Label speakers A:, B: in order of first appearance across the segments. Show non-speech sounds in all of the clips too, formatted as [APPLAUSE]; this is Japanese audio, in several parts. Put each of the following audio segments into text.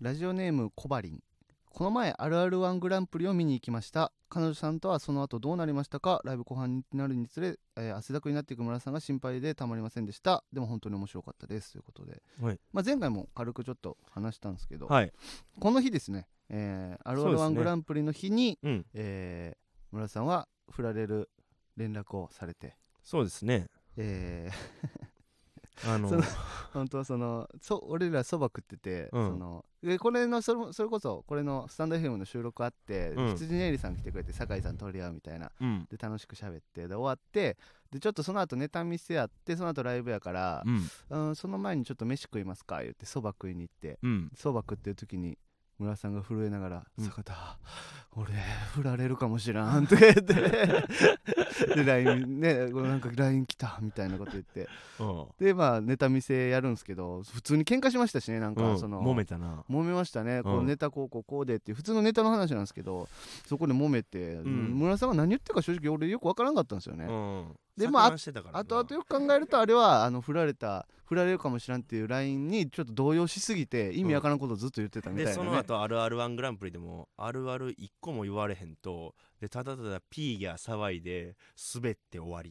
A: ラジオネームコバリンこの前あるあるワングランプリを見に行きました彼女さんとはその後どうなりましたかライブ後半になるにつれ、えー汗だくになっていく村さんが心配でたまりませんでしたでも本当に面白かったですということで、
B: はい
A: まあ、前回も軽くちょっと話したんですけど、
B: はい
A: この日ですね、えー、あるあるワングランプリの日に、
B: うん
A: えー村さんは振られる連絡をされて、
B: そうですね
A: えー
B: あの
A: その本当はそのそ俺らそば食ってて、
B: うん
A: そのでこれのそれそれこそこれのスタンド FM の収録あって、
B: うん
A: 羊ねりさん来てくれて酒井さん取り合うみたいな
B: うん
A: で楽しく喋ってで終わってでちょっとその後ネタ見せやってその後ライブやから
B: う、ん
A: うん、その前にちょっと飯食いますか言ってそば食いに行って
B: うん
A: そば食ってる時に村さんが震えながら「
B: うん
A: 坂田俺振られるかもしらん」とか言ってで LINE ねこうなんか LINE 来たみたいなこと言って
B: うん
A: でまあネタ見せやるんですけど普通に喧嘩しましたしねなん
B: うん
A: かその、
B: 揉めたな
A: 揉めましたね、こうネタこうこうこうでっていう普通のネタの話なんですけどそこで揉めて、
B: ん
A: 村さんが何言ってるか正直俺よくわからんかったんですよね、
B: うん
A: でまあ
B: あしてたからな
A: 後々よく考えるとあれはあの振られた振られるかもしらんっていうラインにちょっと動揺しすぎて意味わからんことをずっと言ってたみたい
B: で
A: な、ね
B: その後あるあるワングランプリでもあるある一個も言われへんとでただただピーギャー騒いで滑って終わ
A: [LAUGHS]
B: り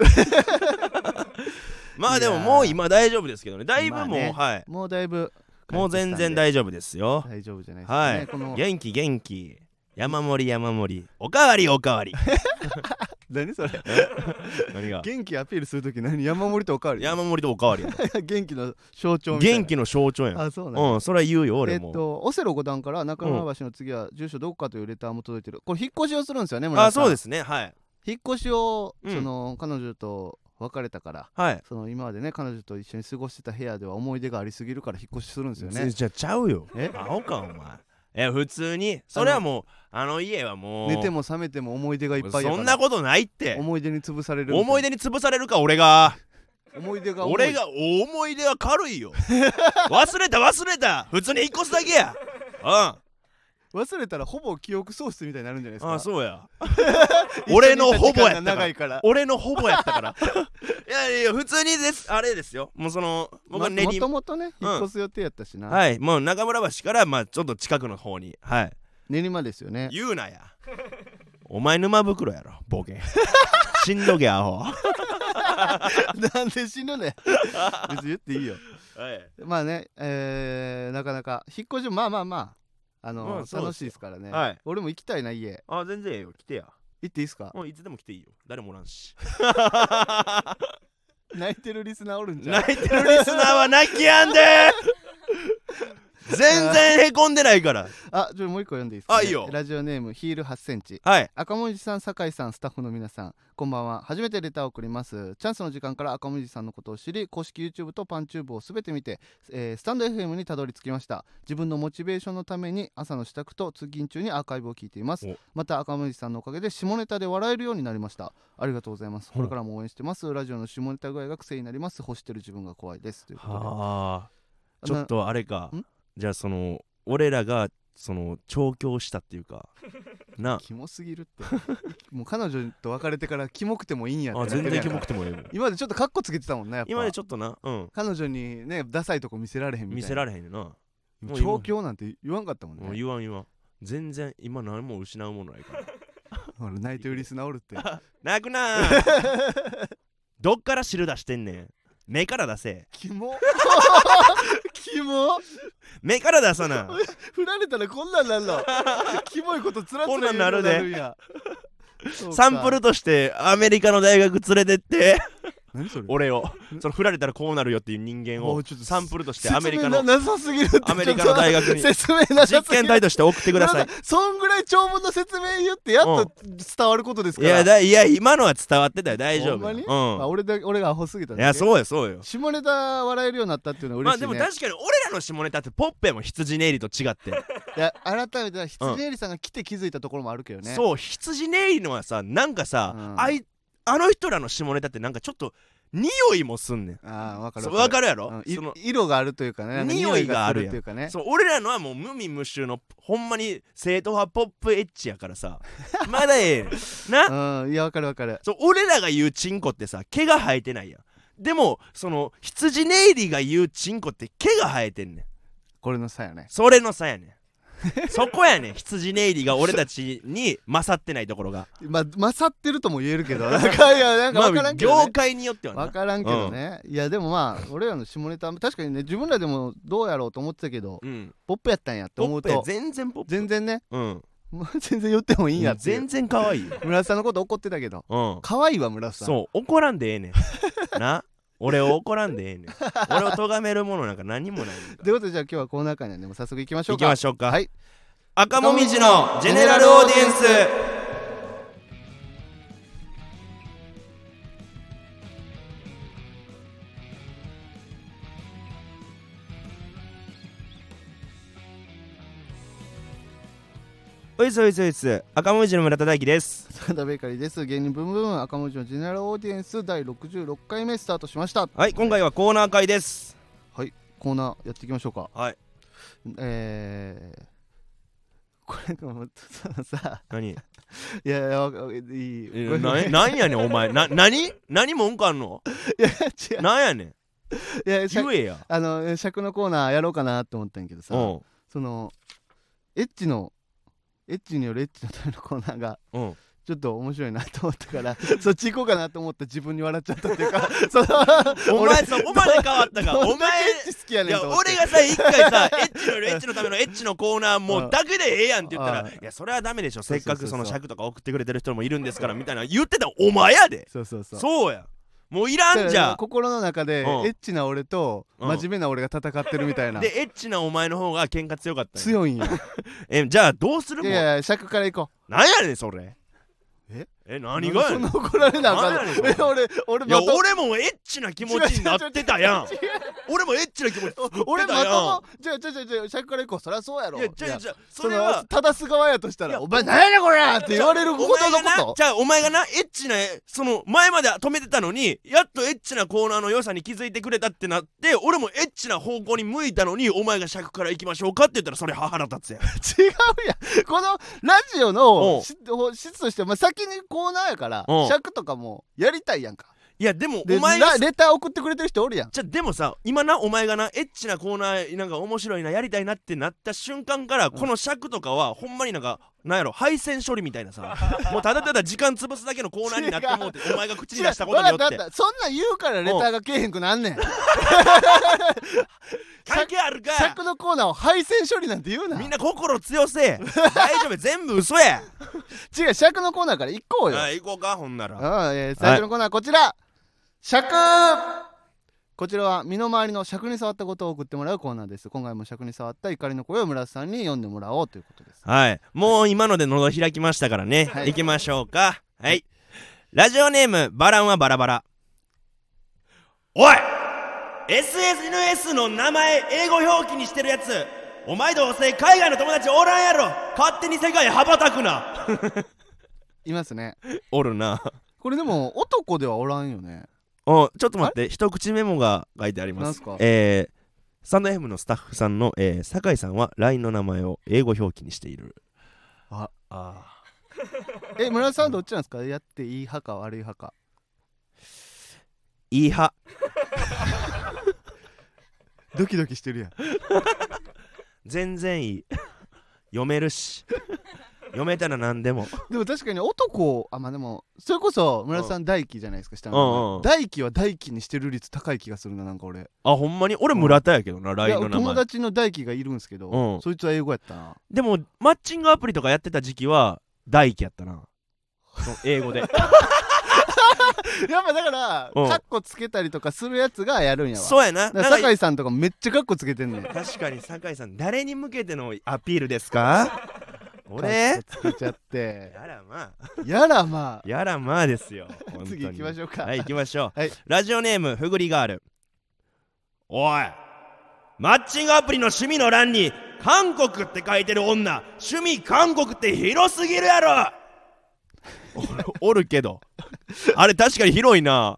B: まあでももう今大丈夫ですけどねだいぶもう、
A: まあね
B: はい
A: もうだいぶ
B: もう全然大丈夫ですよ
A: 大丈夫じゃないですかね、
B: はい
A: この
B: 元気元気山盛り山盛りおかわりお
A: [LAUGHS]
B: かわり
A: [LAUGHS] 何それ
B: 何が
A: 元気アピールする時何山盛りとおかわり
B: 山盛りとおかわりや
A: [LAUGHS] 元気の象徴みたいな
B: 元気の象徴やん
A: あそうなんだ
B: うんそれは言う
A: え
B: よ俺
A: っ
B: も、
A: と、オセロ五段から中村橋の次は住所どこかというレターも届いてる、これ引っ越しをするんですよね村
B: あ
A: 田さん
B: そうですねはい
A: 引っ越しを、
B: うん
A: その彼女と別れたから
B: はい
A: その今までね彼女と一緒に過ごしてた部屋では思い出がありすぎるから引っ越しするんですよね
B: じゃちゃうよ
A: え
B: アホかお前いや普通にそれはもうあの家はもう
A: 寝ても覚めても思い出がいっぱいやから
B: そんなことないって
A: 思い出に潰される
B: 思い
A: 出
B: 出に潰されるか俺が
A: 思い出が重い
B: 俺がお思い出は軽いよ忘れた忘れた普通に引っ越すだけやう
A: 忘れたらほぼ記憶喪失みたいになるんじゃないです
B: ん
A: か
B: あそ
A: [LAUGHS]
B: うや
A: 一緒に
B: 俺の
A: いた時
B: ほぼや
A: 間が
B: ったか
A: 長
B: ら
A: いから
B: 俺のほぼやったからいやいやいや普通にですあれですよもうその僕は
A: ま
B: 練
A: も
B: り、
A: ともとね
B: うん
A: 引っ越す予定やったしな、
B: はいもう中村橋からまあちょっと近くの方にはい
A: 練馬ですよね
B: 言うな [LAUGHS] やお前沼袋やろボ [LAUGHS] ケしんどけアホは
A: なんで死ぬ
B: [LAUGHS]
A: ね別に言っていいよ
B: い
A: まあね、えーなかなか引っ越しもまあまあまああの、
B: うんそうですよ
A: 楽しいですからね、
B: はい
A: 俺も行きたいな家
B: あ全然ええよ来てや
A: 行っていいですか
B: [LAUGHS] もういつでも来ていいよ誰もおらんし
A: 泣いてるリスナーおるんじゃん
B: [LAUGHS] 泣いてるリスナーは泣きやん [LAUGHS] で全然へこんでないから
A: あじゃあもう一個読んでいいですか、ね、
B: あいいよ
A: ラジオネームヒール8センチ
B: はい
A: 赤文字さん酒井さんスタッフの皆さんこんばんは初めてレターを送りますチャンスの時間から赤文字さんのことを知り公式 YouTube とパンチューブをすべて見て、えースタンド FM にたどり着きました自分のモチベーションのために朝の支度と通勤中にアーカイブを聞いています
B: お
A: また赤文字さんのおかげで下ネタで笑えるようになりましたありがとうございますこれからも応援してますラジオの下ネタ具合が癖になります欲してる自分が怖いですということで
B: はあ
A: あ
B: ちょっとあれか
A: ん
B: じゃあその俺らがその調教したっていう [LAUGHS] かな
A: キモすぎるって [LAUGHS] もう彼女と別れてからキモくてもいいんやって
B: あ全然キモ
A: なってるやんか
B: くてもええもん
A: 今までちょっとカッコつけてたもんねやっぱ
B: 今までちょっとなうん
A: 彼女にねダサいとこ見せられへんみ
B: 見
A: たい
B: せ
A: な
B: られへんねんなもう今
A: 調教なんて言わんかったもん
B: もう
A: ね
B: 言わん言わん全然今何も失うものない [LAUGHS] から
A: ほら泣いてるリスナーおるって
B: 泣くな [LAUGHS] ーどっから汁出してんねん目から出せ
A: キモ [LAUGHS] キモ
B: 目から出さ [LAUGHS] な
A: 振られたらこんなんなん
B: [LAUGHS]
A: のキモいことつらつら
B: こんなん
A: 言うよ
B: な
A: う
B: る
A: に
B: で
A: なるんやそうか
B: サンプルとしてアメリカの大学連れてって
A: 何それ
B: [LAUGHS] 俺をその振られたらこうなるよっていう人間
A: も
B: を
A: うちょっと
B: サンプルとしてアメリカ
A: 説
B: の
A: 明なさすぎるって
B: アメリカの大学に
A: ちょっと説明なさすぎる
B: 実験台として送ってください
A: んそんぐらい長文の説明言ってやっと伝わることです
B: い
A: から
B: やだいや今のは伝わってたよ大
A: ほ
B: 丈
A: んま
B: 夫
A: に
B: よ
A: まあ、
B: う
A: 俺だ俺がアホすぎた
B: ん
A: だ
B: い
A: け
B: やそうよそうよ
A: 下ネタ笑えるようになったっていうのは
B: ま
A: 嬉
B: あ
A: しいね
B: で、も確かに俺らの下ネタってポッペも羊ネイリと違って
A: いや改めて羊エリさんが来て気づいたところもあるけどねう
B: そう羊ネイリのはさなんかさ、
A: うん
B: あいあの人らの下ネタってなんかちょっと匂いもすんねん
A: ああ分かる
B: そうわか
A: る
B: るやろ、
A: うんい
B: その
A: 色があるというかねなんか
B: 匂いがある
A: 匂いがすというかね
B: そう俺らのはもう無味無臭のほんまに正統派ポップエッジやか
A: [LAUGHS]
B: らさまだええな、
A: うんいや分かる分かる
B: そう俺らが言うチンコってさ毛が生えてないやんでもその羊ネイリが言うチンコって毛が生えてんねん
A: これの差やね
B: それの差やねん
A: [LAUGHS]
B: そこやねん羊ネイリが俺たちに勝ってないところが
A: まあ勝ってるとも言えるけど [LAUGHS] なんかいやなんか分からんけど、ね
B: 業界によっては
A: 分
B: な
A: からんけどね、いやでもまあ俺らの下ネタ確かにね自分らでもどうやろうと思ってたけど
B: うん
A: ポップやったんやって
B: ポ
A: 思う
B: ップや
A: と
B: 全然ポップ
A: 全然ね [LAUGHS]
B: うん
A: もう全然言ってもいいんやっていう
B: 全然可愛いよ
A: 村田さんのこと怒ってたけど
B: うん
A: 可愛いわ村田さん
B: そう怒らんでええね [LAUGHS] んな俺を怒らんでええねん俺を咎めるものなんか何もないねんから
A: ということでじゃあ今日はこの中にはねもう早速行きましょう
B: 行き
A: か
B: ましょうか
A: はい
B: 赤もみじのジェネラルオーディエンスおいすおいすおいす赤もみじの村田大樹です
A: サンダーベーカリーです芸人ブンブン赤文字のジェネラルオーディエンス第66回目スタートしました
B: はい今回はコーナー会です
A: コーナーやっていきましょうか
B: はい
A: えーこれでもそのさ
B: 何
A: いやいやわかいい
B: え
A: ごめん
B: [LAUGHS] ななんやねんお前な何何文句あんの
A: いや違う
B: なんやねん [LAUGHS]
A: いやしゃ
B: 言えや
A: あのえ尺のコーナーやろうかなって思ったんやけどさ
B: うん
A: そのエッチのエッチによるエッチのためのコーナーが
B: うん
A: ちょっと面白いなと思ったから
B: [LAUGHS]
A: そっち行こうかなと思った自分に笑っちゃったっていうかその
B: お前そこまで変わ [LAUGHS] ったか
A: ど
B: お
A: んだ
B: 前
A: けエッチ好きや
B: い
A: ねん
B: や
A: と思って
B: 俺がさ一回さエッチのエッチのためのエッチのコーナーも
A: あ
B: うだけでええやんって言った
A: あ
B: らいやそれはダメでしょせっかくそ
A: そう
B: の
A: そうそうそう
B: 尺とか送ってくれてる人もいるんですからみたいな言ってたお前やで
A: そうそうそう
B: そうやもういらんじ
A: だか
B: ゃ
A: ら心の中でエ
B: うん
A: ッチな俺と
B: うん
A: 真面目な俺が戦ってるみたいな
B: でエッチなお前の方が喧嘩強かったんや
A: 強いん
B: [LAUGHS]
A: や
B: えじゃあどうする
A: い
B: も
A: や
B: ん
A: いや尺から行こ
B: なんやねんそれ
A: え
B: え
A: う
B: 何がや
A: そ
B: ね
A: ん
B: ん
A: な怒られなあかん
B: 何
A: の
B: やねん
A: え
B: それ
A: [LAUGHS] 俺俺
B: いや
A: まと
B: 俺もエッチな気持ちになってたや
A: [LAUGHS]
B: ん
A: 違う違う
B: 俺もエッチな気持ち
A: 違う俺ま
B: やん
A: ともじゃあじゃあじゃあじゃあ尺から行こうそりゃそうやろ
B: いやじ
A: [LAUGHS]
B: ゃあ
A: いや
B: じゃあそれは
A: の正す側やとした
B: いや
A: らお前何やねんこれって言われることのこと
B: じゃあお前がなエッチなその前まで止めてたのにやっとエッチなコーナーの良さに気づいてくれたってなって俺もエッチな方向に向いたのにお前が尺から行きましょうかって言ったらそれ母腹立つやん
A: 違うやんこのラジオの
B: おう
A: し質としては、まあ、先にコーナーやから
B: おう
A: 尺とかもやりたいやんか
B: いやでも
A: で
B: お前
A: な
B: が
A: レター送ってくれてる人おるやん
B: じゃあでもさ今なお前がなエッチなコーナーなんか面白いなやりたいなってなった瞬間からこの尺とかはほんまになんかなんやろ配線処理みたいな
A: [LAUGHS]
B: さもうただただ時間潰すだけのコーナーになってもうてお前が口に出したことによっ
A: 違うわか
B: て
A: ったわかったそんなん言うからレターがけえへんくなん
B: [LAUGHS]
A: ねん
B: 関係あるか
A: 尺のコーナーを配線処理なんて言うな
B: みんな心強せ大丈夫全部嘘
A: [LAUGHS]
B: や
A: 違う尺のコーナーから行こうよ、
B: あ行こうかほんなら
A: うんえー最初のコーナーこちら、尺こちらは身の回りの尺に触ったことを送ってもらうコーナーです今回も尺に触った怒りの声を村瀬さんに読んでもらおうということです
B: はいもう今ので喉開きましたからね、
A: はい
B: 行きましょうかはいラジオネームバランはバラバラおい SSNS の名前英語表記にしてるやつお前どうせ海外の友達おらんやろ勝手に世界へ羽ばたくな
A: いますね
B: おるな
A: これでも男ではおらんよね
B: [LAUGHS] おちょっと待って一口メモが書いてありま
A: なん
B: す
A: すか
B: えーサンド FM のスタッフさんの、えー、酒井さんは LINE の名前を英語表記にしている
A: あ
B: あ
A: え村瀬さんどっちなんですかやっていい派か悪い派か
B: いい派
A: ドキドキしてるやん
B: 全然いい読めるし読めたら何でも
A: でも確かに男あまあでもそれこそ村田さん大輝じゃないですか下
B: うんうんう
A: の
B: ん
A: 名前大輝は大輝にしてる率高い気がするななんか俺
B: あほんまに俺村田やけどな LINE
A: い
B: の
A: や
B: 名
A: 友
B: 前
A: 達の大輝がいるんですけど、
B: うん
A: そいつは英語やったな
B: でもマッチングアプリとかやってた時期は大輝やったなその英
A: [LAUGHS]
B: 語で
A: [LAUGHS] やっぱだから
B: うん
A: カッコつけたりとかするやつがやるんやわ
B: そうやな
A: だか
B: なん
A: ら
B: か
A: 酒井さんとかめっちゃカッコつけてんねん
B: 確かに酒井さん誰に向けてのアピールです
A: [LAUGHS]
B: か俺
A: カッコつけちゃって
B: やらまあ
A: やらまあ
B: やらまあですよ
A: 次行きまし
B: ょ
A: ょうか、
B: はい行きましょ
A: [LAUGHS]
B: う、
A: はい
B: ラジオネームふぐりガールおいマッチングアプリの趣味の欄に韓国って書いてる女趣味韓国って広すぎるやろ
A: [LAUGHS]
B: おおるけど [LAUGHS] あれ確かに広いな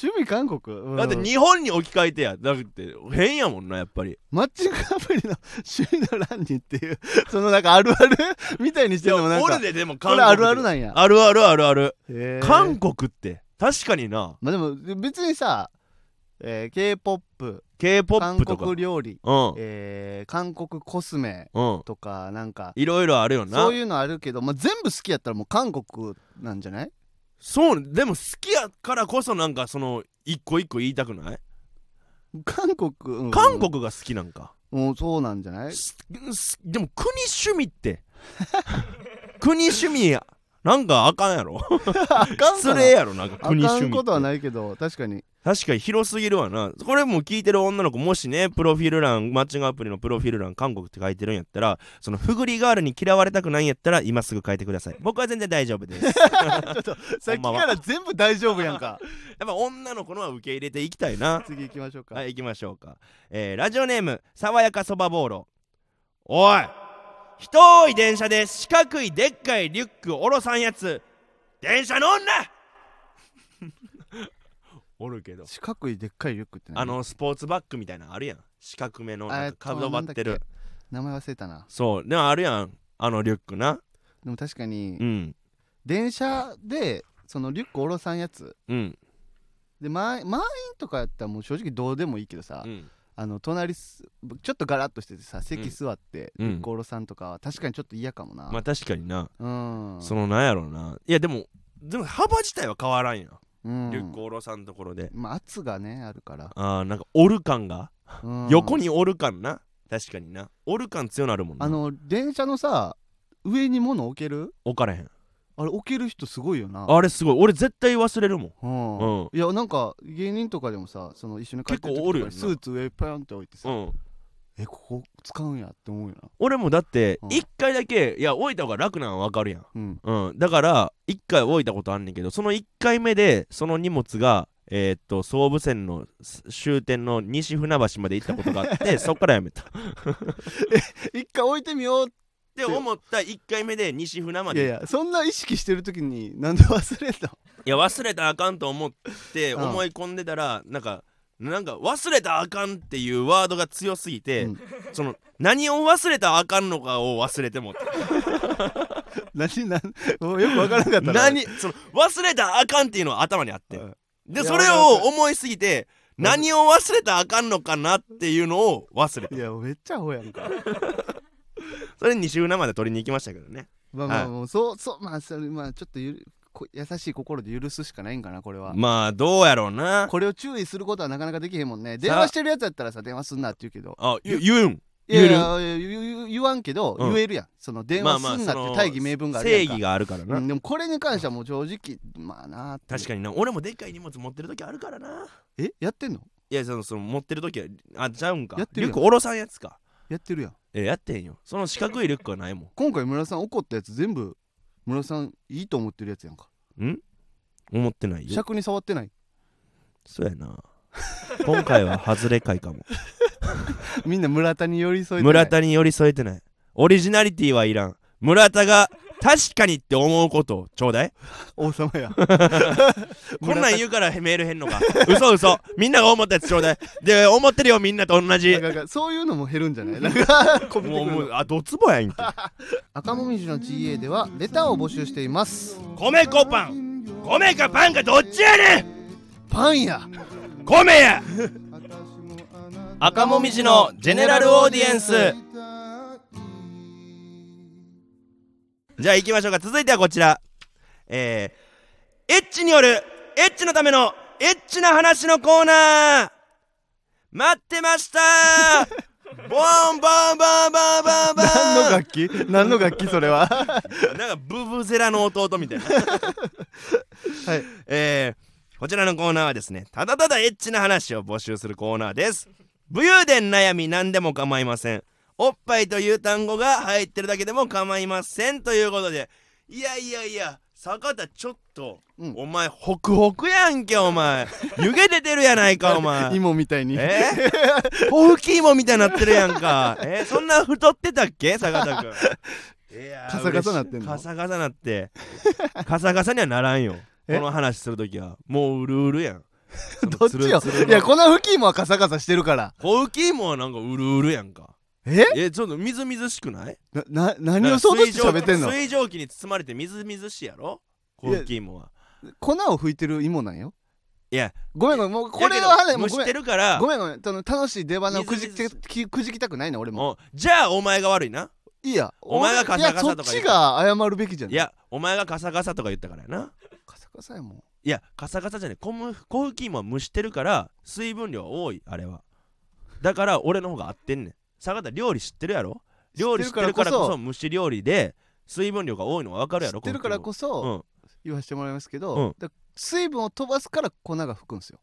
A: 趣味韓国、うん
B: だって日本に置き換えてやだって変やもんなやっぱり
A: マッチングアプリの趣味の欄にっていうそのなんかあるあるみたいにしてるのもなん
B: お
A: か
B: るででも
A: これ
B: 韓国
A: あるあるなんや
B: あるあるあるある
A: へー
B: 韓国って確かにな
A: まあでも別にさえー、K-POP
B: K-POP
A: 韓
B: とか
A: 国料理、
B: うん
A: えー韓国コスメ
B: うん
A: とかなんか
B: いろいろあるよな
A: そういうのあるけど、まあ、全部好きやったらもう韓国なんじゃない
B: そうでも好きやからこそなんかその一個一個言いたくない
A: 韓国、うん
B: 韓国が好きなんか
A: もうそうなんじゃない
B: すすでも国趣味って [LAUGHS] 国趣味なんかあかんやろ
A: あかん
B: [LAUGHS] 失礼やろなんか
A: あ
B: 国
A: かん
B: 趣味って
A: ことはないけど確
B: [LAUGHS]
A: かに
B: 確かに広すぎるわなこれも聞いてる女の子もしねプロフィール欄マッチングアプリのプロフィール欄韓国って書いてるんやったらそのフグリガールに嫌われたくないんやったら今すぐ書いてください僕は全然大丈夫で
A: [LAUGHS]
B: すやっ
A: さっきから全部大丈夫やん
B: [LAUGHS]
A: か
B: ぱ女の子のは受け入れていきたいな
A: 次行きましょうか、
B: はい行きましょうか、えーラジオネーム爽やかそばボーロおい人い電車で四角いでっかいリュックおろさんやつ電車の女
A: [LAUGHS]
B: おるけど
A: 四角いでっかいリュックって何
B: [LAUGHS] あのスポーツバッグみたいなのあるやん四角めの
A: え
B: な
A: っ
B: ん
A: と
B: か角ばって
A: な
B: る
A: んだっけ名前忘れたな
B: そうでもあるやんあのリュックな
A: でも確かに、
B: うん
A: 電車でそのリュック下ろさんやつ
B: うん
A: で満満員とかやったらもう正直どうでもいいけどさ、
B: うん
A: あの隣すちょっとガラッとしててさ席座って、
B: うん
A: リュック下ろさんとかは確かにちょっと嫌かもな、
B: まあ確かにな
A: うん
B: そのなんやろうないやでもでも幅自体は変わらんやん
A: うん
B: リュックおろさんところで
A: まあ圧がねあるから、
B: あーなんかおる感が
A: うん
B: 横におる感な確かになおる感強なるもんな
A: あの電車のさ上に物置ける
B: 置かれへん
A: あれ置ける人すごいよな
B: あれすごい俺絶対忘れるもん
A: うん
B: うん
A: いやなんか芸人とかでもさその一緒に帰って
B: 結
A: 時
B: 構おる
A: と
B: よ
A: か
B: な
A: にスーツ上パンって置いてさ、
B: うん
A: えここ使うんやって思うよな
B: 俺もだって
A: うん
B: 一回だけいや置いた方が楽なの分かるやん
A: うん
B: うん、だから1回置いたことあんねんけどその1回目でその荷物がえーっと総武線のす終点の西船橋まで行ったことがあっ
A: [LAUGHS]
B: てそっからやめた
A: 一回置いてみよう
B: で思った1回目で西船橋
A: いやいやそんな意識してる時になんで忘れた
B: いや忘れたらあかんと思って
A: うん
B: 思い込んでたらなんかなんか忘れたらあかんっていうワードが強すぎて、
A: うん
B: その何を忘れたらあかんのかを忘れてもうた
A: 何 [LAUGHS] 何もうよくわからなかったな
B: 何その忘れたらあかんっていうのは頭にあって
A: うん
B: で
A: いや
B: それを思いすぎて何を忘れたらあかんのかなっていうのを忘れた
A: いやめっちゃアホやんか
B: それに西船まで取りに行きましたけどね
A: まあま
B: はい
A: あもうそうそうまあそれまあちょっとゆるこ優しい心で許すしかないんかなこれは、
B: まあどうやろうな
A: これを注意することはなかなかできへんもんね電話してるやつやったらさ電話すんなって言うけど
B: あゆ言うん
A: いやい
B: 言
A: や言う言わんけど、
B: うん
A: 言えるやんその電
B: まあ
A: 話
B: まあ
A: すんなってい
B: その
A: う大義名分があるや
B: 正
A: んか、
B: 義があるからな、
A: うん、でもこれに関してはもう正直まあな
B: 確
A: か
B: かにな俺もでっかい荷物持ってる時あるからな
A: にえやってんの
B: いやそのその持ってる時はあちゃうんか
A: やって
B: リ
A: るや
B: ュッ
A: ん
B: クおろさんやつか
A: やってるやん
B: えやってんよその四角いリュックはないも
A: 今回村田さん怒ったやつ全部村田さんいいと思ってるやつやんか
B: んん思ってないよ
A: 尺に触ってない
B: そうやな今回は外れ回
A: [LAUGHS]
B: かも
A: みんな村田に寄り添えてない
B: 村田に寄り添えてないオリジナリティはいらん村田が確かにって思うことをちょうだい
A: 王様や
B: [LAUGHS] こんなん言うからメールへんのか嘘嘘みんなが思ったやつちょうだいで思ってるよみんなと同じ
A: [LAUGHS] なんかそういうのも減るんじゃないなん [LAUGHS] かこびて
B: もう
A: くる
B: も
A: の
B: うあどつぼやんけ
A: 赤もみじの GA ではレターを募集しています
B: 米粉パン米かパンかどっちやねん
A: パンや
B: 米や赤もみじのジェネラルオーディエンスじゃあ行きましょうか続いてはこちらえー、エッチによるエッチのためのエッチな話のコーナー待って
A: [LAUGHS]
B: ましたーボンボンボンボンボンボン
A: 何の楽器何の楽器それは
B: なんかブブゼラの弟みたい
A: [LAUGHS]
B: な
A: はい
B: えー、こちらのコーナーはですねただただエッチな話を募集するコーナーです武勇伝悩み何でも構いませんおっぱいという単語が入ってるだけでも構いませんということでいやいやいや坂田ちょっと、
A: うん
B: お前ホクホクやんけお前湯気出てるやないかお前
A: 芋みたいに
B: えー、ホフキ芋みたいになってるやんかえー、そんな太ってたっけ坂田君 [LAUGHS] いやー
A: カサカサなってんの
B: カサカサなってカサカサにはならんよこ
A: え
B: の話するときはもううるうるやん
A: [LAUGHS] どっちよ
B: そのツルツルの
A: いや粉吹きもはカサカサしてるから
B: ホウキ芋はなんかうるうるやんか
A: え
B: えちょっとみずみずしくない
A: なな何を想像して喋ってんの
B: 水蒸気に包まれてみずみずしいやろホウキ芋は
A: 粉を吹いてる芋なんよ
B: いいや
A: ごめんごめんもうこれの
B: やけ
A: 話
B: ど
A: も
B: も
A: うご
B: う知っ
A: め
B: て
A: ん
B: るから
A: ごめんごめんその楽しい出花をくじ
B: いい
A: け
B: です
A: きくじきたくないな俺も
B: おじゃあお前が悪いない
A: いや
B: お前がカサカサとか言う
A: いやそっちが謝るべきじゃない
B: いやお前がカサカサとか言ったからやな
A: カサカサやもん
B: いやカサカサじゃない小麦粉付近も蒸してるから水分量多いあれはだから俺の方が合ってんねん坂田料理知ってるやろ料理知ってるからこそ蒸し料理で水分量が多いのは分かるや
A: 知
B: ろ
A: ってるからこ
B: 小麦
A: そ
B: 粉うん
A: 言わせてもらいますけ
B: う
A: ど
B: ん
A: だから水分を飛ばすから粉が吹くんですよ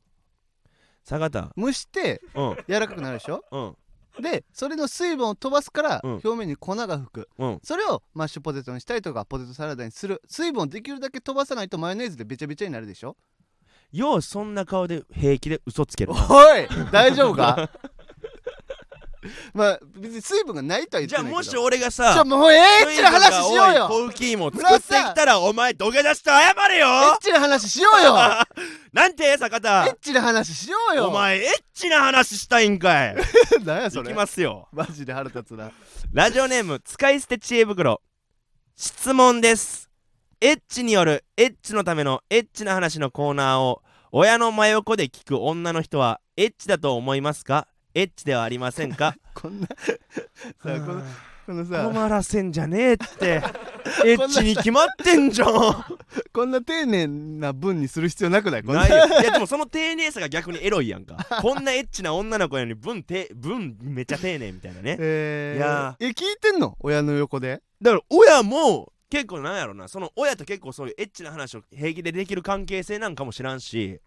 B: 坂田
A: 蒸して
B: うん
A: 柔らかくなるでしょ
B: うん
A: でそれの水分を飛ばすから
B: うん
A: 表面に粉が吹く
B: うん
A: それをマッシュポテトにしたりとかポテトサラダにする水分をできるだけ飛ばさないとマヨネーズでべちゃべちゃになるでしょ
B: ようそんな顔で平気で嘘つける
A: お
B: ない
A: [LAUGHS] 大丈夫か [LAUGHS] まあ別に水分がないとは言っ
B: じ
A: て
B: ゃあ
A: ないけど
B: もし俺が
A: じゃあ
B: さ
A: もうええっちの話しようよ
B: 小浮芋作ってきたらお前土下座して謝れよ
A: エッチな話しようよ
B: [LAUGHS] なんて坂
A: エ
B: 田
A: ッチな話しようよ
B: お前エッチな話したいんかい
A: 何 [LAUGHS] やそ
B: い
A: れ
B: きますよ
A: マジで腹立つな
B: ラジオネーム使い捨て知恵袋質問ですエッチによるエッチのためのエッチな話のコーナーを親の真横で聞く女の人はエッチだと思いますかエッチではありません
A: [LAUGHS]
B: か
A: こんなさあこのこのさ
B: 困らせんじゃねえって
A: [LAUGHS]
B: エッチに決まってんじゃん
A: こんな丁寧な文にする必要なくないこん
B: ないよいやでもその丁寧さが逆にエロいやんかこんなエッチな女の子やのに文て文めっちゃ丁寧みたいなね
A: えー、
B: いや
A: え聞いてんの親の横で
B: だから親も結構なんやろなその親と結構そういうエッチな話を平気でできる関係性なんかも知らんし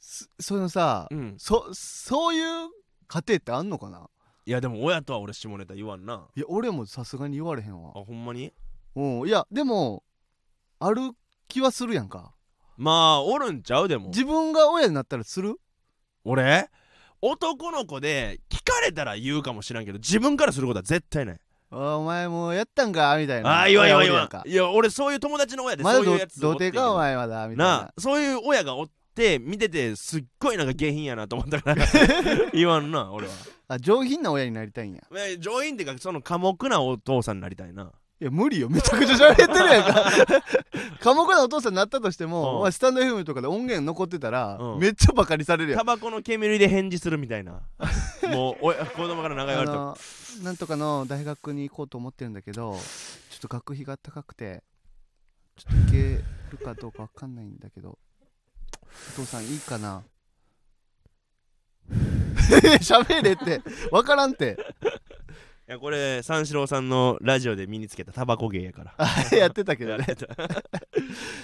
A: そそのさ、
B: うん
A: そそういう家庭ってあんのかない
B: やでも親とは俺下ネタ言わんない
A: や俺もさすがに言われへん
B: あ
A: わ
B: ほんまに
A: うんいやでもある気はするやんか
B: まあおるんちゃうでも
A: 自分が親になったらする
B: 俺男の子で聞かれたら言うかもしらんけど自分からすることは絶対ない
A: あお前もうやったんかみたいな
B: ああ言わん言わ
A: 親お
B: ん言
A: る
B: わ
A: やんか
B: んいや俺そういう友達の親で
A: ま
B: そ
A: だ
B: ういう
A: ど
B: やつ
A: 童
B: おって
A: 貞
B: んけど
A: かお前まだみたいな
B: なあそういう親がおって見ててすっごいなんか下品やなと思ったから
A: [LAUGHS]
B: 言わんな俺は
A: あ上品な親になりたいんや
B: え上品っていうかその寡黙なお父さんになりたいない
A: や無理よめちゃくちゃ喋ってるやん
B: [LAUGHS]
A: か寡黙なお父さんになったとしても、
B: うん
A: まあ、スタンド FM とかで音源残ってたら、
B: うん
A: めっちゃバカにされるやん
B: タバコの煙で返事するみ
A: [LAUGHS]
B: たいなもうお子供から長いわ
A: あ
B: れた
A: のなんとかの大学に行こうと思ってるんだけどちょっと学費が高くてちょっと行けるかどうかわかんないんだけどお父さんいいかな [LAUGHS] 喋れってわからん
B: [LAUGHS]
A: って
B: いやこれ三四郎さんのラジオで身につけたタバコ芸やから
A: あやってたけ [LAUGHS] どね
B: そう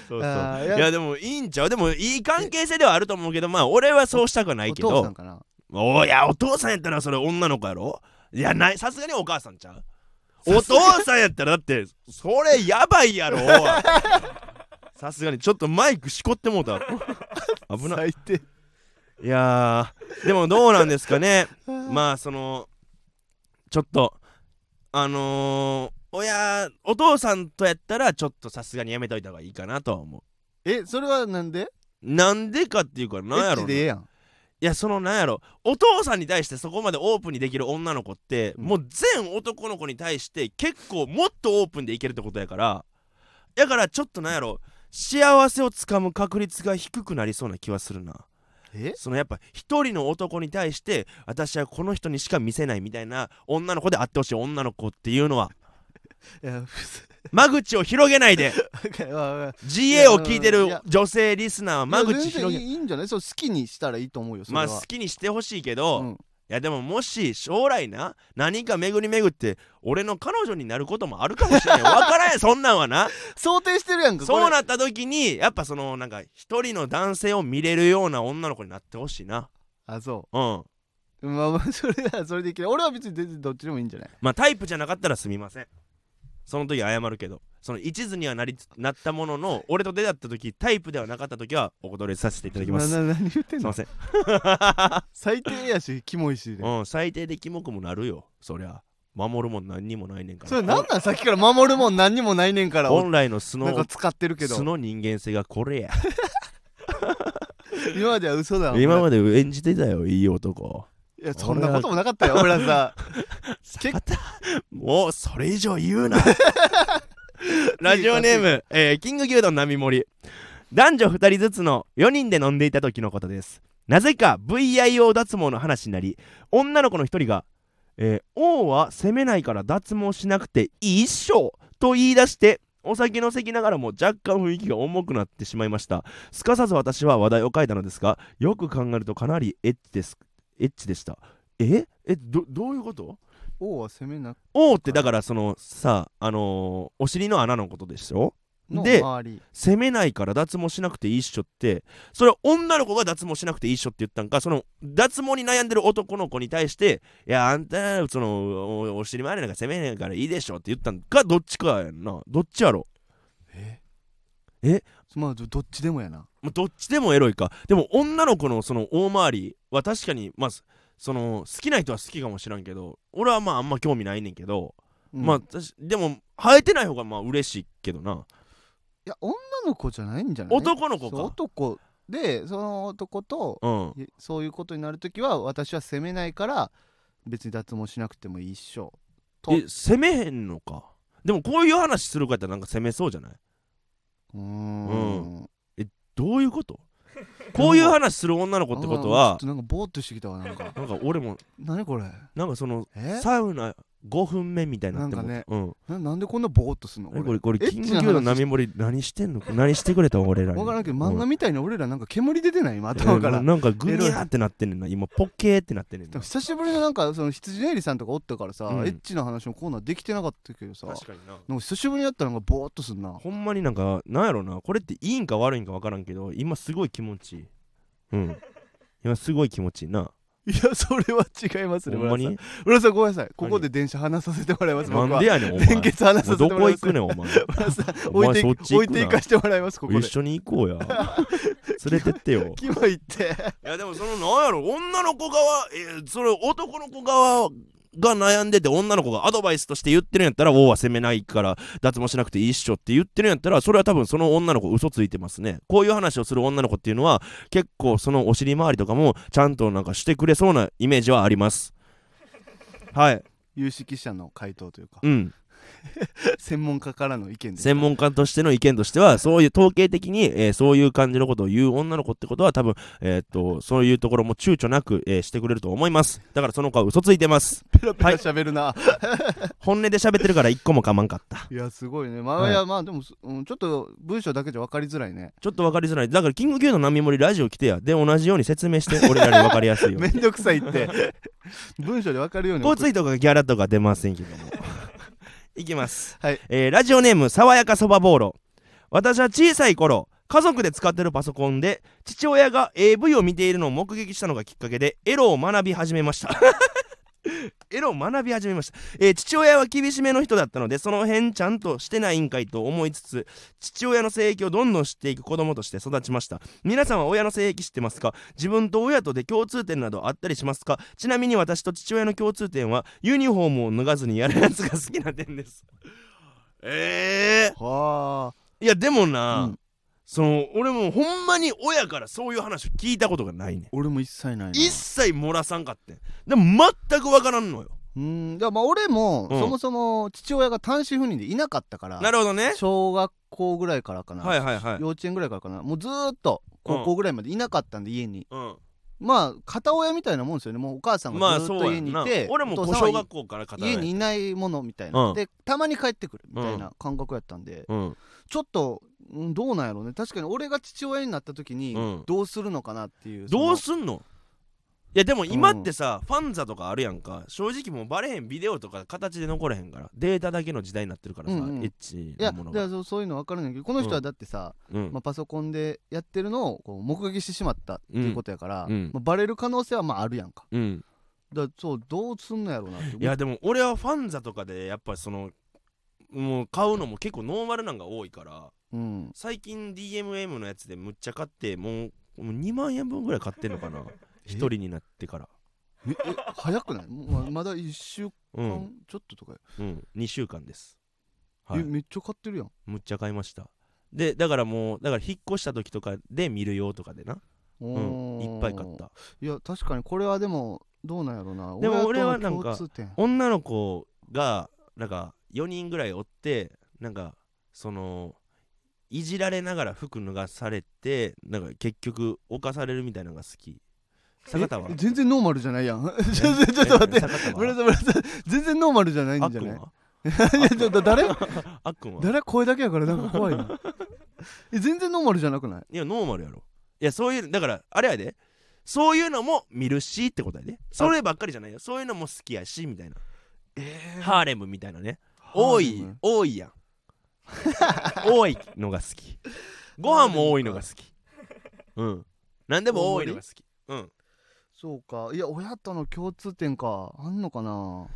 B: そうい
A: あーい
B: や
A: や
B: でもいいんちゃうでもいい関係性ではあると思うけどまあ俺はそうしたくはない
A: お
B: け
A: 父さ
B: ど
A: んかな
B: おいやお父さんやったらそれ女の子やろいやないさすがにお母さんちゃうお
A: さすが
B: 父さんやったらだってそれやば
A: [LAUGHS]
B: いやろさすがにちょっとマイクしこってもうた
A: [LAUGHS]
B: 危ない
A: 最低
B: いやーでもどうなんですかね
A: ま
B: まあそのちょっとあのー、親お父さんとやったらちょっとさすがにやめといた方がいいかなとは思う
A: えそれはなんで
B: なんでかっていうかなん
A: エッ
B: やろ
A: チ
B: な
A: でええ
B: い
A: やん
B: やそのなんやろお父さんに対してそこまでオープンにできる女の子って、
A: うん
B: もう全男の子に対して結構もっとオープンでいけるってことやからだからちょっとなんやろ幸せをつかむ確率が低くなりそうな気はするな
A: え
B: そのやっぱ一人の男に対して私はこの人にしか見せないみたいな女の子であってほしい女の子っていう
A: [LAUGHS]
B: のはい
A: やふざ
B: 間口を広げないで
A: けわわ
B: GA を聞いて
A: い
B: る
A: や
B: 女性リスナーはい
A: や
B: 間口
A: 全然
B: 広
A: い
B: げ
A: いいいんじゃないそう好きにしたらいいと思うよそれ
B: ま
A: は
B: あ好きにしてほしいけど、
A: う
B: い
A: ん
B: やでももし将来な何か巡り巡って俺の彼女になることもあるかもしれないわからん
A: [LAUGHS]
B: そんなんはな
A: 想定してるやんかこれ
B: そうなった時にやっぱそのなんか一人の男性を見れるような女の子になってほしいな
A: あそう
B: うん
A: まあま [LAUGHS] あそれはそれでいけない俺は別に全然どっちでもいいんじゃない
B: まあタイプじゃなかったらすみませんその時謝るけどその一途にはなりつなったものの俺と出会った時タイプではなかった時はお断りさせていただきますす
A: なな何言ってん
B: い
A: の
B: ません
A: 最低やしキモいしで
B: うん最低でキモくもなるよそりゃ守るもん何にもないねんから
A: それなんなんさっきから守るもん何にもないねんから
B: 本来の素
A: なんか
B: の
A: 使ってるけ
B: 素
A: ど
B: の人間性がこれや
A: 今までは嘘だ
B: 今ま
A: で
B: で演じてたよいい男
A: いやそんなこともなかったよ俺は
B: [LAUGHS]
A: さ結
B: またもうそれ [LAUGHS] 以上言うなラジオネーム、えーキング牛丼並盛り男女2人ずつの4人で飲んでいた時のことですなぜか VIO 脱毛の話になり女の子の1人が「えー王は責めないから脱毛しなくていいっしょ」と言い出してお酒の席ながらも若干雰囲気が重くなってしまいましたすかさず私は話題を変えたのですがよく考えるとかなりエッチですエッチでしたええどどういうこと
A: 王は攻めな
B: 王ってだからそのさあのーお尻の穴のことでしょ
A: の
B: で
A: 周り
B: 攻めないから脱毛しなくていいっしょってそれは女の子が脱毛しなくていいっしょって言ったんかその脱毛に悩んでる男の子に対していやあんたそのおお尻周りなんか攻めないからいいでしょって言ったんかどっちかやんなどっちやろ
A: え
B: え
A: まあどどっちでもやな
B: まあどっちでもエロいかでも女の子のその大回りは確かにまあその好きな人は好きかもしらんけど俺はまああんま興味ないねんけど、
A: うん
B: まあ
A: い
B: 私でも生えてない方がまあ嬉しいけどな
A: や女の子じゃないんじゃない
B: 男の子
A: そう
B: か
A: 男でその男と
B: うん
A: いそういうことになるときは私は責めないから別に脱毛しなくてもいいっしょと
B: え攻めへんのかでもこういう話する方なんか攻めそうじゃないう
A: ーん
B: どういうこと
A: [LAUGHS]
B: こういう話する女の子
A: こ
B: ってこと
A: ちょっ
B: は
A: となんかボーっとしてきたわなん
B: [LAUGHS]
A: か
B: なんか俺も
A: 何これ
B: なんかその
A: え
B: サウナ5分目みたいになっても
A: なんかね
B: うん
A: ななんでこんなボーっとすんの
B: あれこれ
A: 俺
B: これ
A: エッ
B: キ
A: チ
B: ン
A: な話
B: グギューの波盛り何してんの何してくれた俺らに
A: 分からんけど漫画みたいな俺らなんか煙出てない今頭から
B: うんなんかグニャーってなってんねんな今ポケーってなってんねん
A: で
B: な
A: も久しぶりのなんかその羊ねりさんとかおったからさ、
B: うん
A: エッチな話のコーナーできてなかったけどさ
B: かにな
A: なんか久しぶりにやったらなんかボーっとすんな
B: ほんまになんかなんやろなこれっていいんか悪いんか分からんけど今すごい気持ちいいうん今すごい気持ちいいない
A: やそれは違います
B: ほ
A: ね
B: んまに
A: 村さんごめんなさいここで電車離させてもらいます
B: な
A: 僕
B: ん
A: は
B: でやねんお前
A: 連結離
B: も
A: さ
B: う
A: せて
B: ど
A: もら
B: こ
A: い
B: 行
A: ます
B: くねんお前
A: 村 [LAUGHS] さん
B: [LAUGHS] お
A: 置い
B: 前
A: て
B: そっち
A: 置
B: 行
A: い
B: く
A: て
B: ない
A: かしてもらいますここで
B: 一緒に行こうや [LAUGHS] 連れてってよ
A: キモいって
B: いやでもそのなんやろ女の子側、えーそれ男の子側が悩んでて女の子がアドバイスとして言ってるんやったら「王は責めないから脱毛しなくていいっしょ」って言ってるんやったらそれは多分その女の子嘘ついてますねこういう話をする女の子っていうのは結構そのお尻周りとかもちゃんとなんかしてくれそうなイメージはありますはい
A: 有識者の回答という
B: [LAUGHS]
A: か
B: うん
A: 専門家からの意見で
B: 専門家としての意見としてはそういう統計的に、えーそういう感じのことを言う女の子ってことは多分、えーっとそういうところも躊躇なく、えーしてくれると思いますだからその子は嘘ついてます
A: ペラペラ喋るな、
B: 本音で喋ってるから一個もかまんかった
A: い、やすごいねまあ、い、やまあでもそ、うん、ちょっと文章だけじゃ分かりづらいね
B: ちょっと分かりづらいだからキング Q の波盛りラジオ来てやで同じように説明して俺らに分かりやす [LAUGHS] いよう
A: め
B: に
A: んどくさいって [LAUGHS] 文章で分かるように
B: 交通費とかギャラとか出ませんけども [LAUGHS] いきます、
A: はい
B: えーラジオネーム爽やかそばボーロ私は小さい頃家族で使ってるパソコンで父親が AV を見ているのを目撃したのがきっかけでエロを学び始めました [LAUGHS] エロを学び始めました、えー父親は厳しめの人だったのでその辺ちゃんとしてないんかいと思いつつ父親の性癖をどんどん知っていく子供として育ちました皆さんは親の性癖知ってますか自分と親とで共通点などあったりしますかちなみに私と父親の共通点はユニフォームを脱がずにやるやつが好きな点です [LAUGHS] ええ
A: はい
B: やでもな、
A: うん
B: その俺もほんまに親からそういう話を聞いたことがないねん
A: あ俺も一切ないな
B: 一切漏らさんかってんでも全くわからんのよ
A: うんだからまあ俺も、
B: うん
A: そもそも父親が単身赴任でいなかったから
B: なるほどね
A: 小学校ぐらいからかな、
B: はいはいはい
A: 幼稚園ぐらいからかなもうずーっと高校ぐらいまでいなかったんで家に、
B: うん、
A: まあ片親みたいなもんですよねもうお母さん
B: ま
A: が
B: あ
A: ずーっ
B: そ
A: と
B: う
A: 家
B: やん
A: にい
B: な
A: て、
B: 俺も
A: お
B: 小
A: 父さんは
B: 学校から語られ
A: 家
B: た
A: にいないものみたいな、
B: うん
A: でたまに帰ってくるみたいな感覚やったんで、
B: うん
A: ちょっとうんどうなんやろうね確かに俺が父親になった時
B: う
A: に
B: ん
A: どうするのかなっていう、その
B: どうすんのいやでも今ってさ、ファンザとかあるやんか正直もうバレへんビデオとか形で残れへんからデータだけの時代になってるからさ、
A: うんうん
B: エッチ
A: いや
B: な
A: だ
B: もの
A: から
B: が、
A: そうそういうの分かるんだけどこの人はだってさ、
B: うん
A: まあ、パソコンでやってるのをこう目撃してしまったっていうことやから、
B: うんうん
A: まあ、バレる可能性はまああるやんか
B: うん、
A: だからそうどうすんのやろうなって
B: いやでも俺はファンザとかでやっぱそのもう買うのも結構ノーマルなんが多いから
A: うん
B: 最近 DMM のやつでむっちゃ買ってもうもう2万円分ぐらい買ってんのかな1人
A: [LAUGHS]
B: になってから
A: ええ早くないままだ1週
B: う
A: 間
B: ん、
A: ちょっととかよ、
B: うん、2週間です、はい
A: え、めっちゃ買ってるやん
B: むっちゃ買いましたでだからもうだから引っ越した時とかで見るよとかでなうん、
A: おー
B: いっぱい買った
A: いや確かにこれはでもどうなんやろうな
B: でも俺は
A: 親との
B: なんか
A: 共通点
B: 女の子がなんか4人ぐらいおってなんかそのいじられながら服脱がされてなんか結局犯されるみたいなのが好き坂田は
A: え全然ノーマルじゃないやん [LAUGHS] ちょっとちょっと待って
B: 坂田は
A: 村田村田全然ノーマルじゃない
B: あ
A: ん
B: っ
A: じ
B: く
A: ゃない
B: ん
A: い
B: は
A: や [LAUGHS] ちょっと誰
B: あっくんは
A: 誰声だけやからなんか怖い
B: [LAUGHS]
A: なえ全然ノーマルじゃなくない
B: いやノーマルやろいやそういうだからあれやでそういうのも見るしってことやでそればっかりじゃないよそういうのも好きやしみたいな
A: え
B: ハーレムみたいなね多い多いやん多いのが好 [LAUGHS] きご飯も多いのが好きうん何でも多いのが好きうん
A: そうかいや親との共通点かあんのかな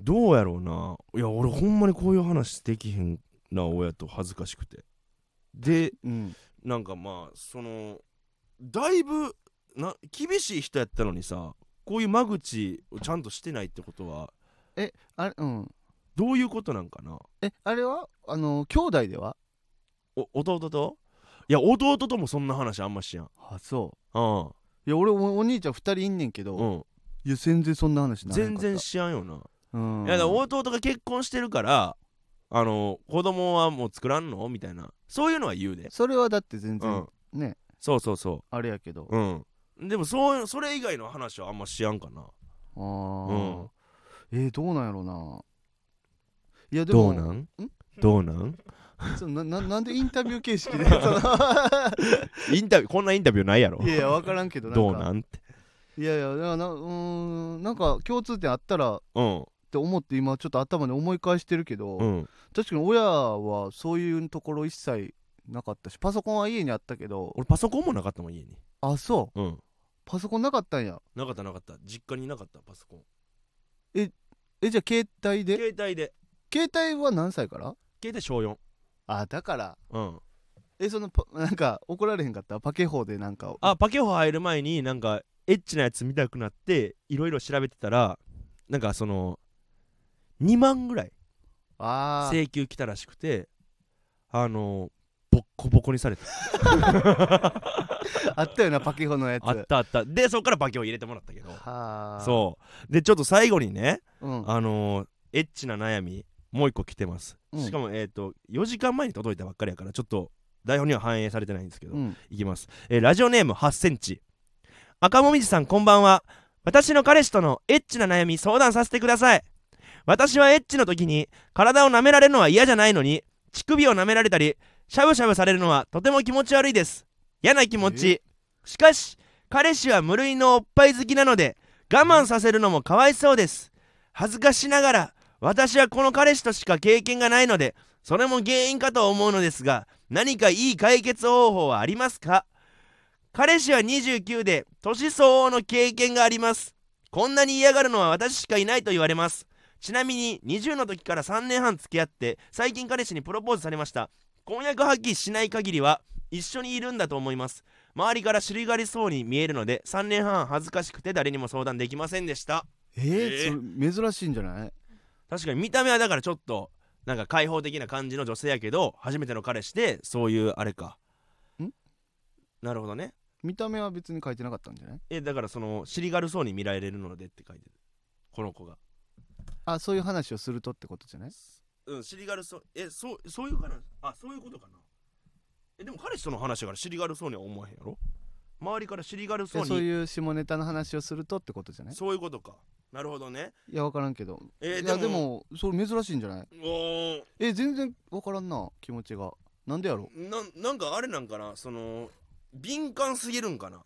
B: どうやろうないや俺ほんまにこういう話できへんな親と恥ずかしくてで
A: うん
B: なんかまあそのだいぶな厳しい人やったのにさこういう間口をちゃんとしてないってことは
A: あれうん
B: どういうことなんかな
A: えあれはあの兄弟では
B: お弟といや弟ともそんな話あんましやん
A: あそ
B: うん
A: ういや俺おお兄ちゃん2人いんねんけど、
B: うん
A: いや全然そんな話ならへん
B: 全
A: かった
B: 然知らんよな、
A: うん
B: いやだから弟が結婚してるからあの子供はもう作らんのみたいなそういうのは言うで
A: それはだって全
B: う
A: 然、
B: ん
A: ね
B: そうそうそ
A: あれやけど、
B: ううんでもそういうそれ以外の話はあんま知らんかな
A: あー
B: うん
A: えーどうなんやろうないやで
B: ど
A: も
B: うなんどうなん
A: そのなな [LAUGHS] なんでインタビュー形式でその
B: インタビューこんなインタビューないやろ
A: [LAUGHS] いやいや分からんけどなんか
B: どうなんって
A: いやいやだからなうーんなんか共通点あったらっ
B: うん
A: て思って今ちょっと頭で思い返してるけど、
B: うん
A: 確かに親はそういうところ一切なかったしパソコンは家にあったけど
B: 俺パソコンもなかったもん家に
A: あそう
B: うん
A: パソコンなかったんや
B: なかったなかった実家になかったパソコン
A: えじゃあ携帯で
B: 携帯で
A: 携帯は何歳から
B: 携帯小4
A: あだから
B: うん
A: えそのパ [LAUGHS] なんか怒られへんかったパケ法でなんか
B: あパケホ入る前になんかエッチなやつ見たくなっていろいろ調べてたらなんかその2万ぐらい
A: あー
B: 請求来たらしくてあのボッコボコにされた
A: あったよなパケ法のやつ
B: あったあったでそっからパケホ入れてもらったけど
A: はあ
B: そうでちょっと最後にね
A: う、うん、
B: あのエッチな悩みもう一個来てます、
A: うん
B: しかもえっ、と4時間前に届いたばっかりやからちょっと台本には反映されてないんですけど、
A: うん、
B: いきます、えーラジオネーム8センチ赤もみじさんこんばんは私の彼氏とのエッチな悩み相談させてください私はエッチの時に体を舐められるのは嫌じゃないのに乳首を舐められたりしゃぶしゃぶされるのはとても気持ち悪いです嫌な気持ちしかし彼氏は無類のおっぱい好きなので我慢させるのもかわいそうです恥ずかしながら私はこの彼氏としか経験がないのでそれも原因かと思うのですが何かいい解決方法はありますか彼氏は29で年相応の経験がありますこんなに嫌がるのは私しかいないと言われますちなみに20の時から3年半付き合って最近彼氏にプロポーズされました婚約破棄しない限りは一緒にいるんだと思います周りから尻がりそうに見えるので3年半恥ずかしくて誰にも相談できませんでした
A: えーそれ珍しいんじゃない
B: 確かに見た目はだからちょっとなんか開放的な感じの女性やけど初めての彼氏でそういうあれか
A: ん
B: なるほどね
A: 見た目は別に書いてなかったんじゃない
B: えだからその尻軽そうに見られるのでって書いてるこの子が
A: あそういう話をするとってことじゃない
B: うん尻軽そうえそうそういうかなあそういうことかなえでも彼氏との話だから尻軽そうには思わへんやろ周りから尻軽そう
A: え
B: に
A: そう
B: そう
A: いう下ネタの話をするとってことじゃない
B: いうことかなるほどね
A: いや分からんけど、
B: えー
A: いや
B: で
A: で
B: も
A: もそれ珍しいんじゃない
B: おー
A: え全然分からんな気持ちがなんでやろ
B: ななんかあれなんかなその敏感すぎるんかな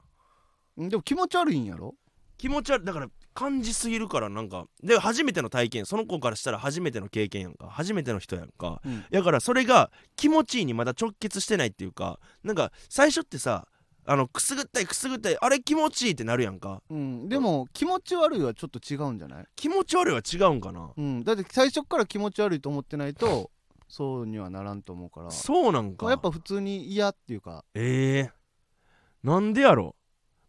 B: ん
A: でも気持ち悪いんやろ
B: 気持ち悪いだから感じすぎるからなんかで初めての体験その子からしたら初めての経験やんか初めての人やんか
A: うん
B: だからそれが気持ちいいにまだ直結してないっていうかなんか最初ってさあのくすぐったいくすぐったいあれ気持ちいいってなるやんか
A: うんでも気持ち悪いはちょっと違うんじゃない
B: 気持ち悪いは違うんかな
A: うんだって最初から気持ち悪いと思ってないとそうにはならんと思うから
B: そうなん
A: ま
B: か
A: あやっぱ普通に嫌っていうか
B: えー、なんでやろ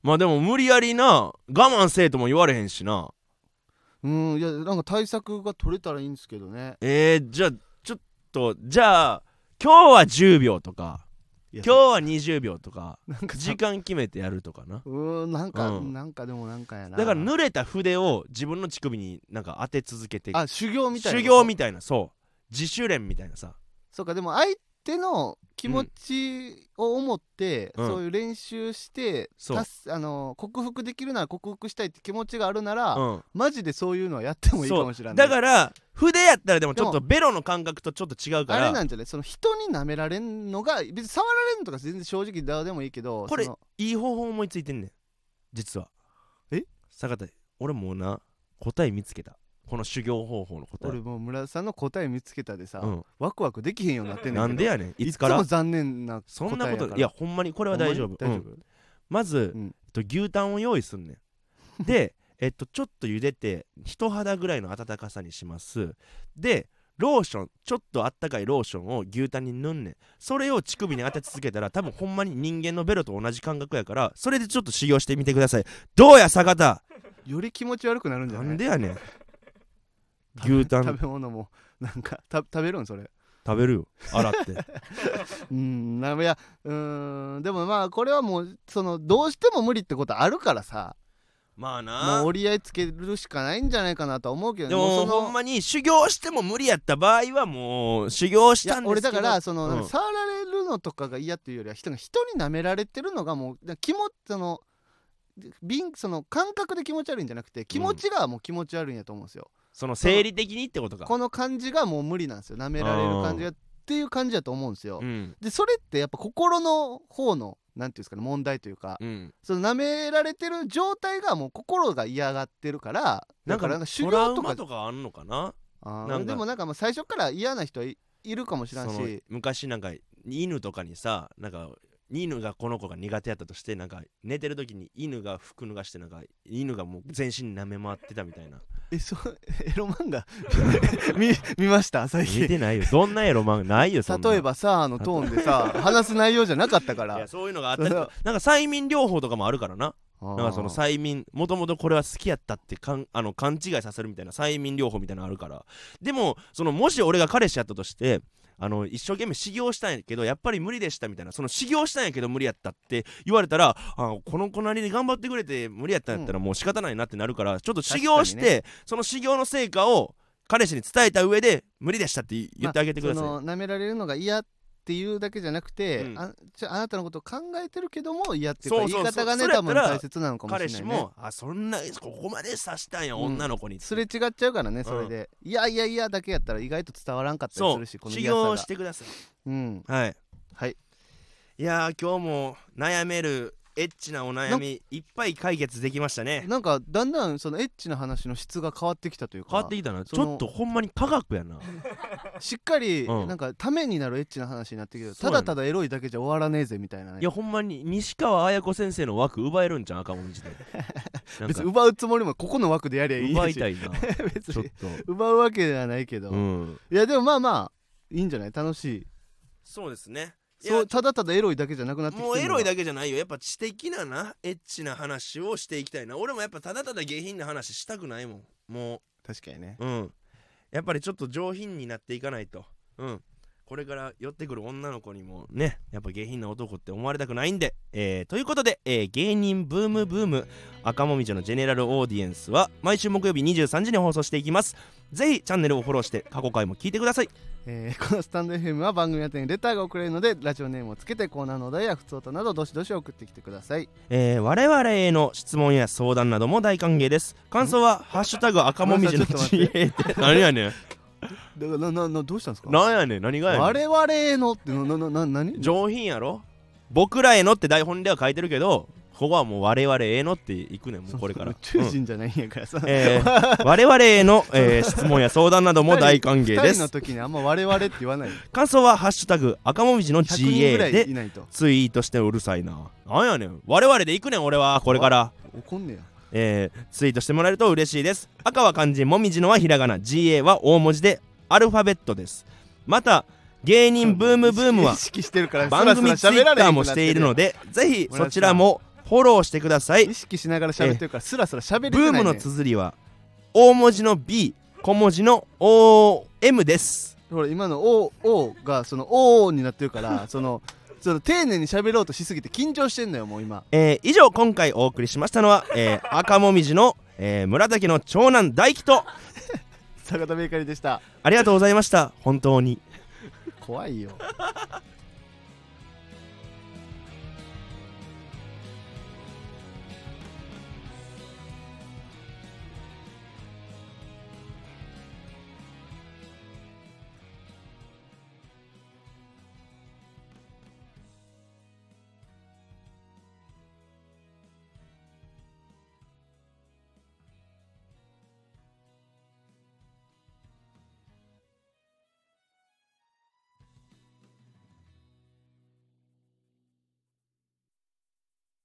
B: まあでも無理やりな我慢せえとも言われへんしな
A: うんいやなんか対策が取れたらいいんですけどね
B: えー、じゃあちょっとじゃあ今日は10秒とか
A: 今
B: 今日は20秒とか
A: なんか
B: 時間決めてやるとかな
A: うーんなんか、
B: うん
A: なんかでもなんかやな
B: だから濡れた筆を自分の乳首になんか当て続けて
A: あ修行みたいな
B: 修行
A: み
B: みたいなそう自主練みたいなさ
A: そうかでも相手の気持ちを思って、
B: うん
A: そういう練習して、
B: そう
A: 達すあの克服できるなら克服したいって気持ちがあるなら、
B: うん
A: マジでそういうのはやってもいいかもしれない
B: だから筆やったらでもちょっ
A: で
B: とベロの感覚とちょっと違うか
A: あれな
B: ら
A: んじゃないその人に舐められんのが別に触られるのとか全然正直どうでもいいけど
B: これ
A: その
B: いい方法思いついてんねん実は
A: え
B: 坂田俺もうな答え見つけたこの修行方法の答
A: 俺
B: え
A: もう村田さんの答え見つけたでさ、
B: うん
A: ワクワクできへんようになってんねんけど
B: なんでやねんいつか
A: いつ
B: ら
A: も残念な答え
B: そんな
A: や
B: こ
A: から
B: といやほんまにこれは大丈夫
A: ほんまに大
B: う
A: 丈
B: ん
A: 夫、
B: まず、
A: うん
B: えっと、牛タンを用意すんね
A: [LAUGHS]
B: んでえっとちょっと茹でて人肌ぐらいの温かさにしますでローションちょっとあったかいローションを牛タンに塗んねんそれを乳首に当て続けたら多分ほんまに人間のベロと同じ感覚やからそれでちょっと修行してみてくださいどうや坂田
A: より気持ち悪くなるんじゃ
B: な
A: ない
B: んでやねん
A: [LAUGHS] 食べ
B: 牛タン
A: 食べ物もなんかた食べるんそれ
B: 食べるよ洗って
A: [LAUGHS] うんないやうーんでもまあこれはもうそのどうしても無理ってことあるからさ
B: ま
A: も
B: あな
A: う折り合いつけるしかないんじゃないかなとは思うけど
B: で
A: も
B: も
A: うその
B: ほんまに修行しても無理やった場合はもう修行し
A: い
B: た
A: や
B: んですけど
A: 俺だからその、
B: うん
A: なんか触られるのとかが嫌っていうよりは人が人に舐められてるのがもうだから気持ちその敏その感覚で気持ち悪いんじゃなくて気持ちがもう気持ち悪いんやと思うんですよ、
B: その生理的にってことか
A: この感じがもう無理なんですよ舐められる感じがっていう感じだと思うんですよ、
B: うん
A: でそれってやっぱ心の方のなんていうんですかね問題というか、
B: うん
A: その舐められてる状態がもう心が嫌がってるからだ
B: なん
A: か
B: から
A: なんか修
B: トラ
A: 行と
B: ウ
A: か
B: マとかあんのかな
A: あー
B: なんか
A: でもなんかまあ最初から嫌な人はいいるかもしれん
B: その
A: し
B: 昔なんか犬とかにさなんか犬がこの子が苦手やったとしてなんか寝てる時に犬が服脱がしてなんか犬がもう全身舐め回ってたみ
A: [LAUGHS]
B: たいな
A: えそうエロ漫画 [LAUGHS] 見見ました最
B: 見
A: 近
B: てないよどんなエロ漫画ないよそんな
A: 例えばさあのトーンでさ
B: [LAUGHS]
A: 話す内容じゃなかったか
B: い
A: ら
B: やそういうのがあったりと
A: そう
B: かなんか催眠療法とかもあるからな
A: な
B: なんかその催眠もともとこれは好きやったってかんあの勘違いさせるみたいな催眠療法みたいなのあるからでもそのもし俺が彼氏やったとしてあの一生懸命修行したんやけどやっぱり無理でしたみたいなその修行したんやけど無理やったって言われたらあこの子なりに頑張ってくれて無理やったんやったらもう仕方ないなってなるから、ちょっと修行し
A: 確
B: て、
A: か
B: その修行の成果を彼氏に伝えた上で無理でしたって言ってあげてください、
A: まあその舐められるのが嫌っていうだけじゃなくて、
B: うん
A: あちょあなたのことを考えてるけども嫌っていうか
B: そうそうそう
A: 言い方がね
B: それや
A: 多
B: った
A: 分
B: ら
A: 大切なのかもしれ
B: 彼
A: な
B: 氏
A: いね
B: もあそんなここまでさしたんや、
A: うん
B: 女の子に
A: すれ違っちゃうからねそれで、いやいやいやだけやったら意外と伝わらんかったり
B: そ
A: す
B: う
A: るしこの
B: 修
A: 嫌さが
B: 行してください
A: うん
B: はい
A: はい
B: いやー今日も悩めるエッチなお悩みいっぱい解決できましたね
A: なんかだんだんそのエッチな話の質が変わってきたというか
B: 変わってきたなち
A: その
B: ょっとほんまに科学やな
A: しっかり
B: うん
A: なんかためになるエッチな話になってきてる
B: そう
A: た
B: やね
A: だただエロいだけじゃ終わらねえぜみたいなね
B: いやほんまに西川綾子先生の枠奪えるんじゃん赤もみじで
A: [LAUGHS]
B: なん
A: 別
B: か
A: に奪うつもりもここの枠でやりゃいい
B: 奪い
A: した
B: いな
A: [LAUGHS] 別
B: ちょっ
A: に奪うわけではないけど、
B: とうん
A: いやでもまあまあいいんじゃない楽しい
B: そうですねいや
A: そうただただエロいだけじゃなくなってきてる
B: もうエロい
A: け
B: だけじゃないよやっぱ知的ななエッチな話をしていきたいな俺もやっぱただただ下品な話したくないもんもう
A: 確かにね
B: うん。やっぱりちょっと上品になっていかないと。うん。これから寄ってくる女の子にもね、やっぱ下品な男って思われたくないんで。えーということで、えー芸人ブームブーム赤もみじのジェネラルオーディエンスは毎週木曜日23時に放送していきます。ぜひチャンネルをフォローして過去回も聞いてください。
A: えーこのスタンド FM は番組宛てにレターが送れるのでラジオネームをつけてコーナーのお題や普通音などどしどし送ってきてください
B: えー我々への質問や相談なども大歓迎です。感想はハッシュタグ赤もみじの
A: ごめんなさいちょっ
B: GA って [LAUGHS] 何やねん。
A: だからなななどうしたんですか
B: 何やねん。何がやねん。
A: 我々へのってなななな何
B: 上品やろ僕らへのって台本では書いてるけどここはもう我々へのっていくねんもうこ
A: [LAUGHS]
B: れから
A: 宇宙
B: うん
A: 人じゃないんやからさ、
B: えー [LAUGHS] 我々への、えー質問や相談なども大歓迎
A: 二
B: で
A: 人の
B: す
A: 時にあんま我々って言わない
B: 感想は「ハッシュタグ赤もみじの
A: 100人ぐら
B: GA」
A: いい
B: で
A: ないと
B: ツイートしてうるさいななんやねん我々でいくねん俺はこれから、
A: 怒んねや
B: えーツイートしてもらえると嬉しいです赤は漢字もみじのはひらがな GA は大文字でアルファベットですまた芸人ブームブームは
A: 意識してるから
B: 番組
A: ス
B: ツ
A: ラ
B: イ
A: スラ喋られへん
B: ッター
A: くな
B: も
A: っ
B: している
A: ね
B: のでぜひそちらもフォローしてください
A: 意識しながら喋ってるからスラスラ喋れて
B: ブ
A: ない、ね
B: ームの綴りは大文字の B 小文字の OM です
A: ほら今の「お」「お」がその「お」になってるから [LAUGHS] そのその丁寧に喋ろうとしすぎて緊張してんのよもう今
B: えー以上今回お送りしましたのは、えー赤もみじの、えー、村竹の長男大輝と
A: 坂田ベーカリーでした
B: ありがとうございました本当に
A: 怖怖いよ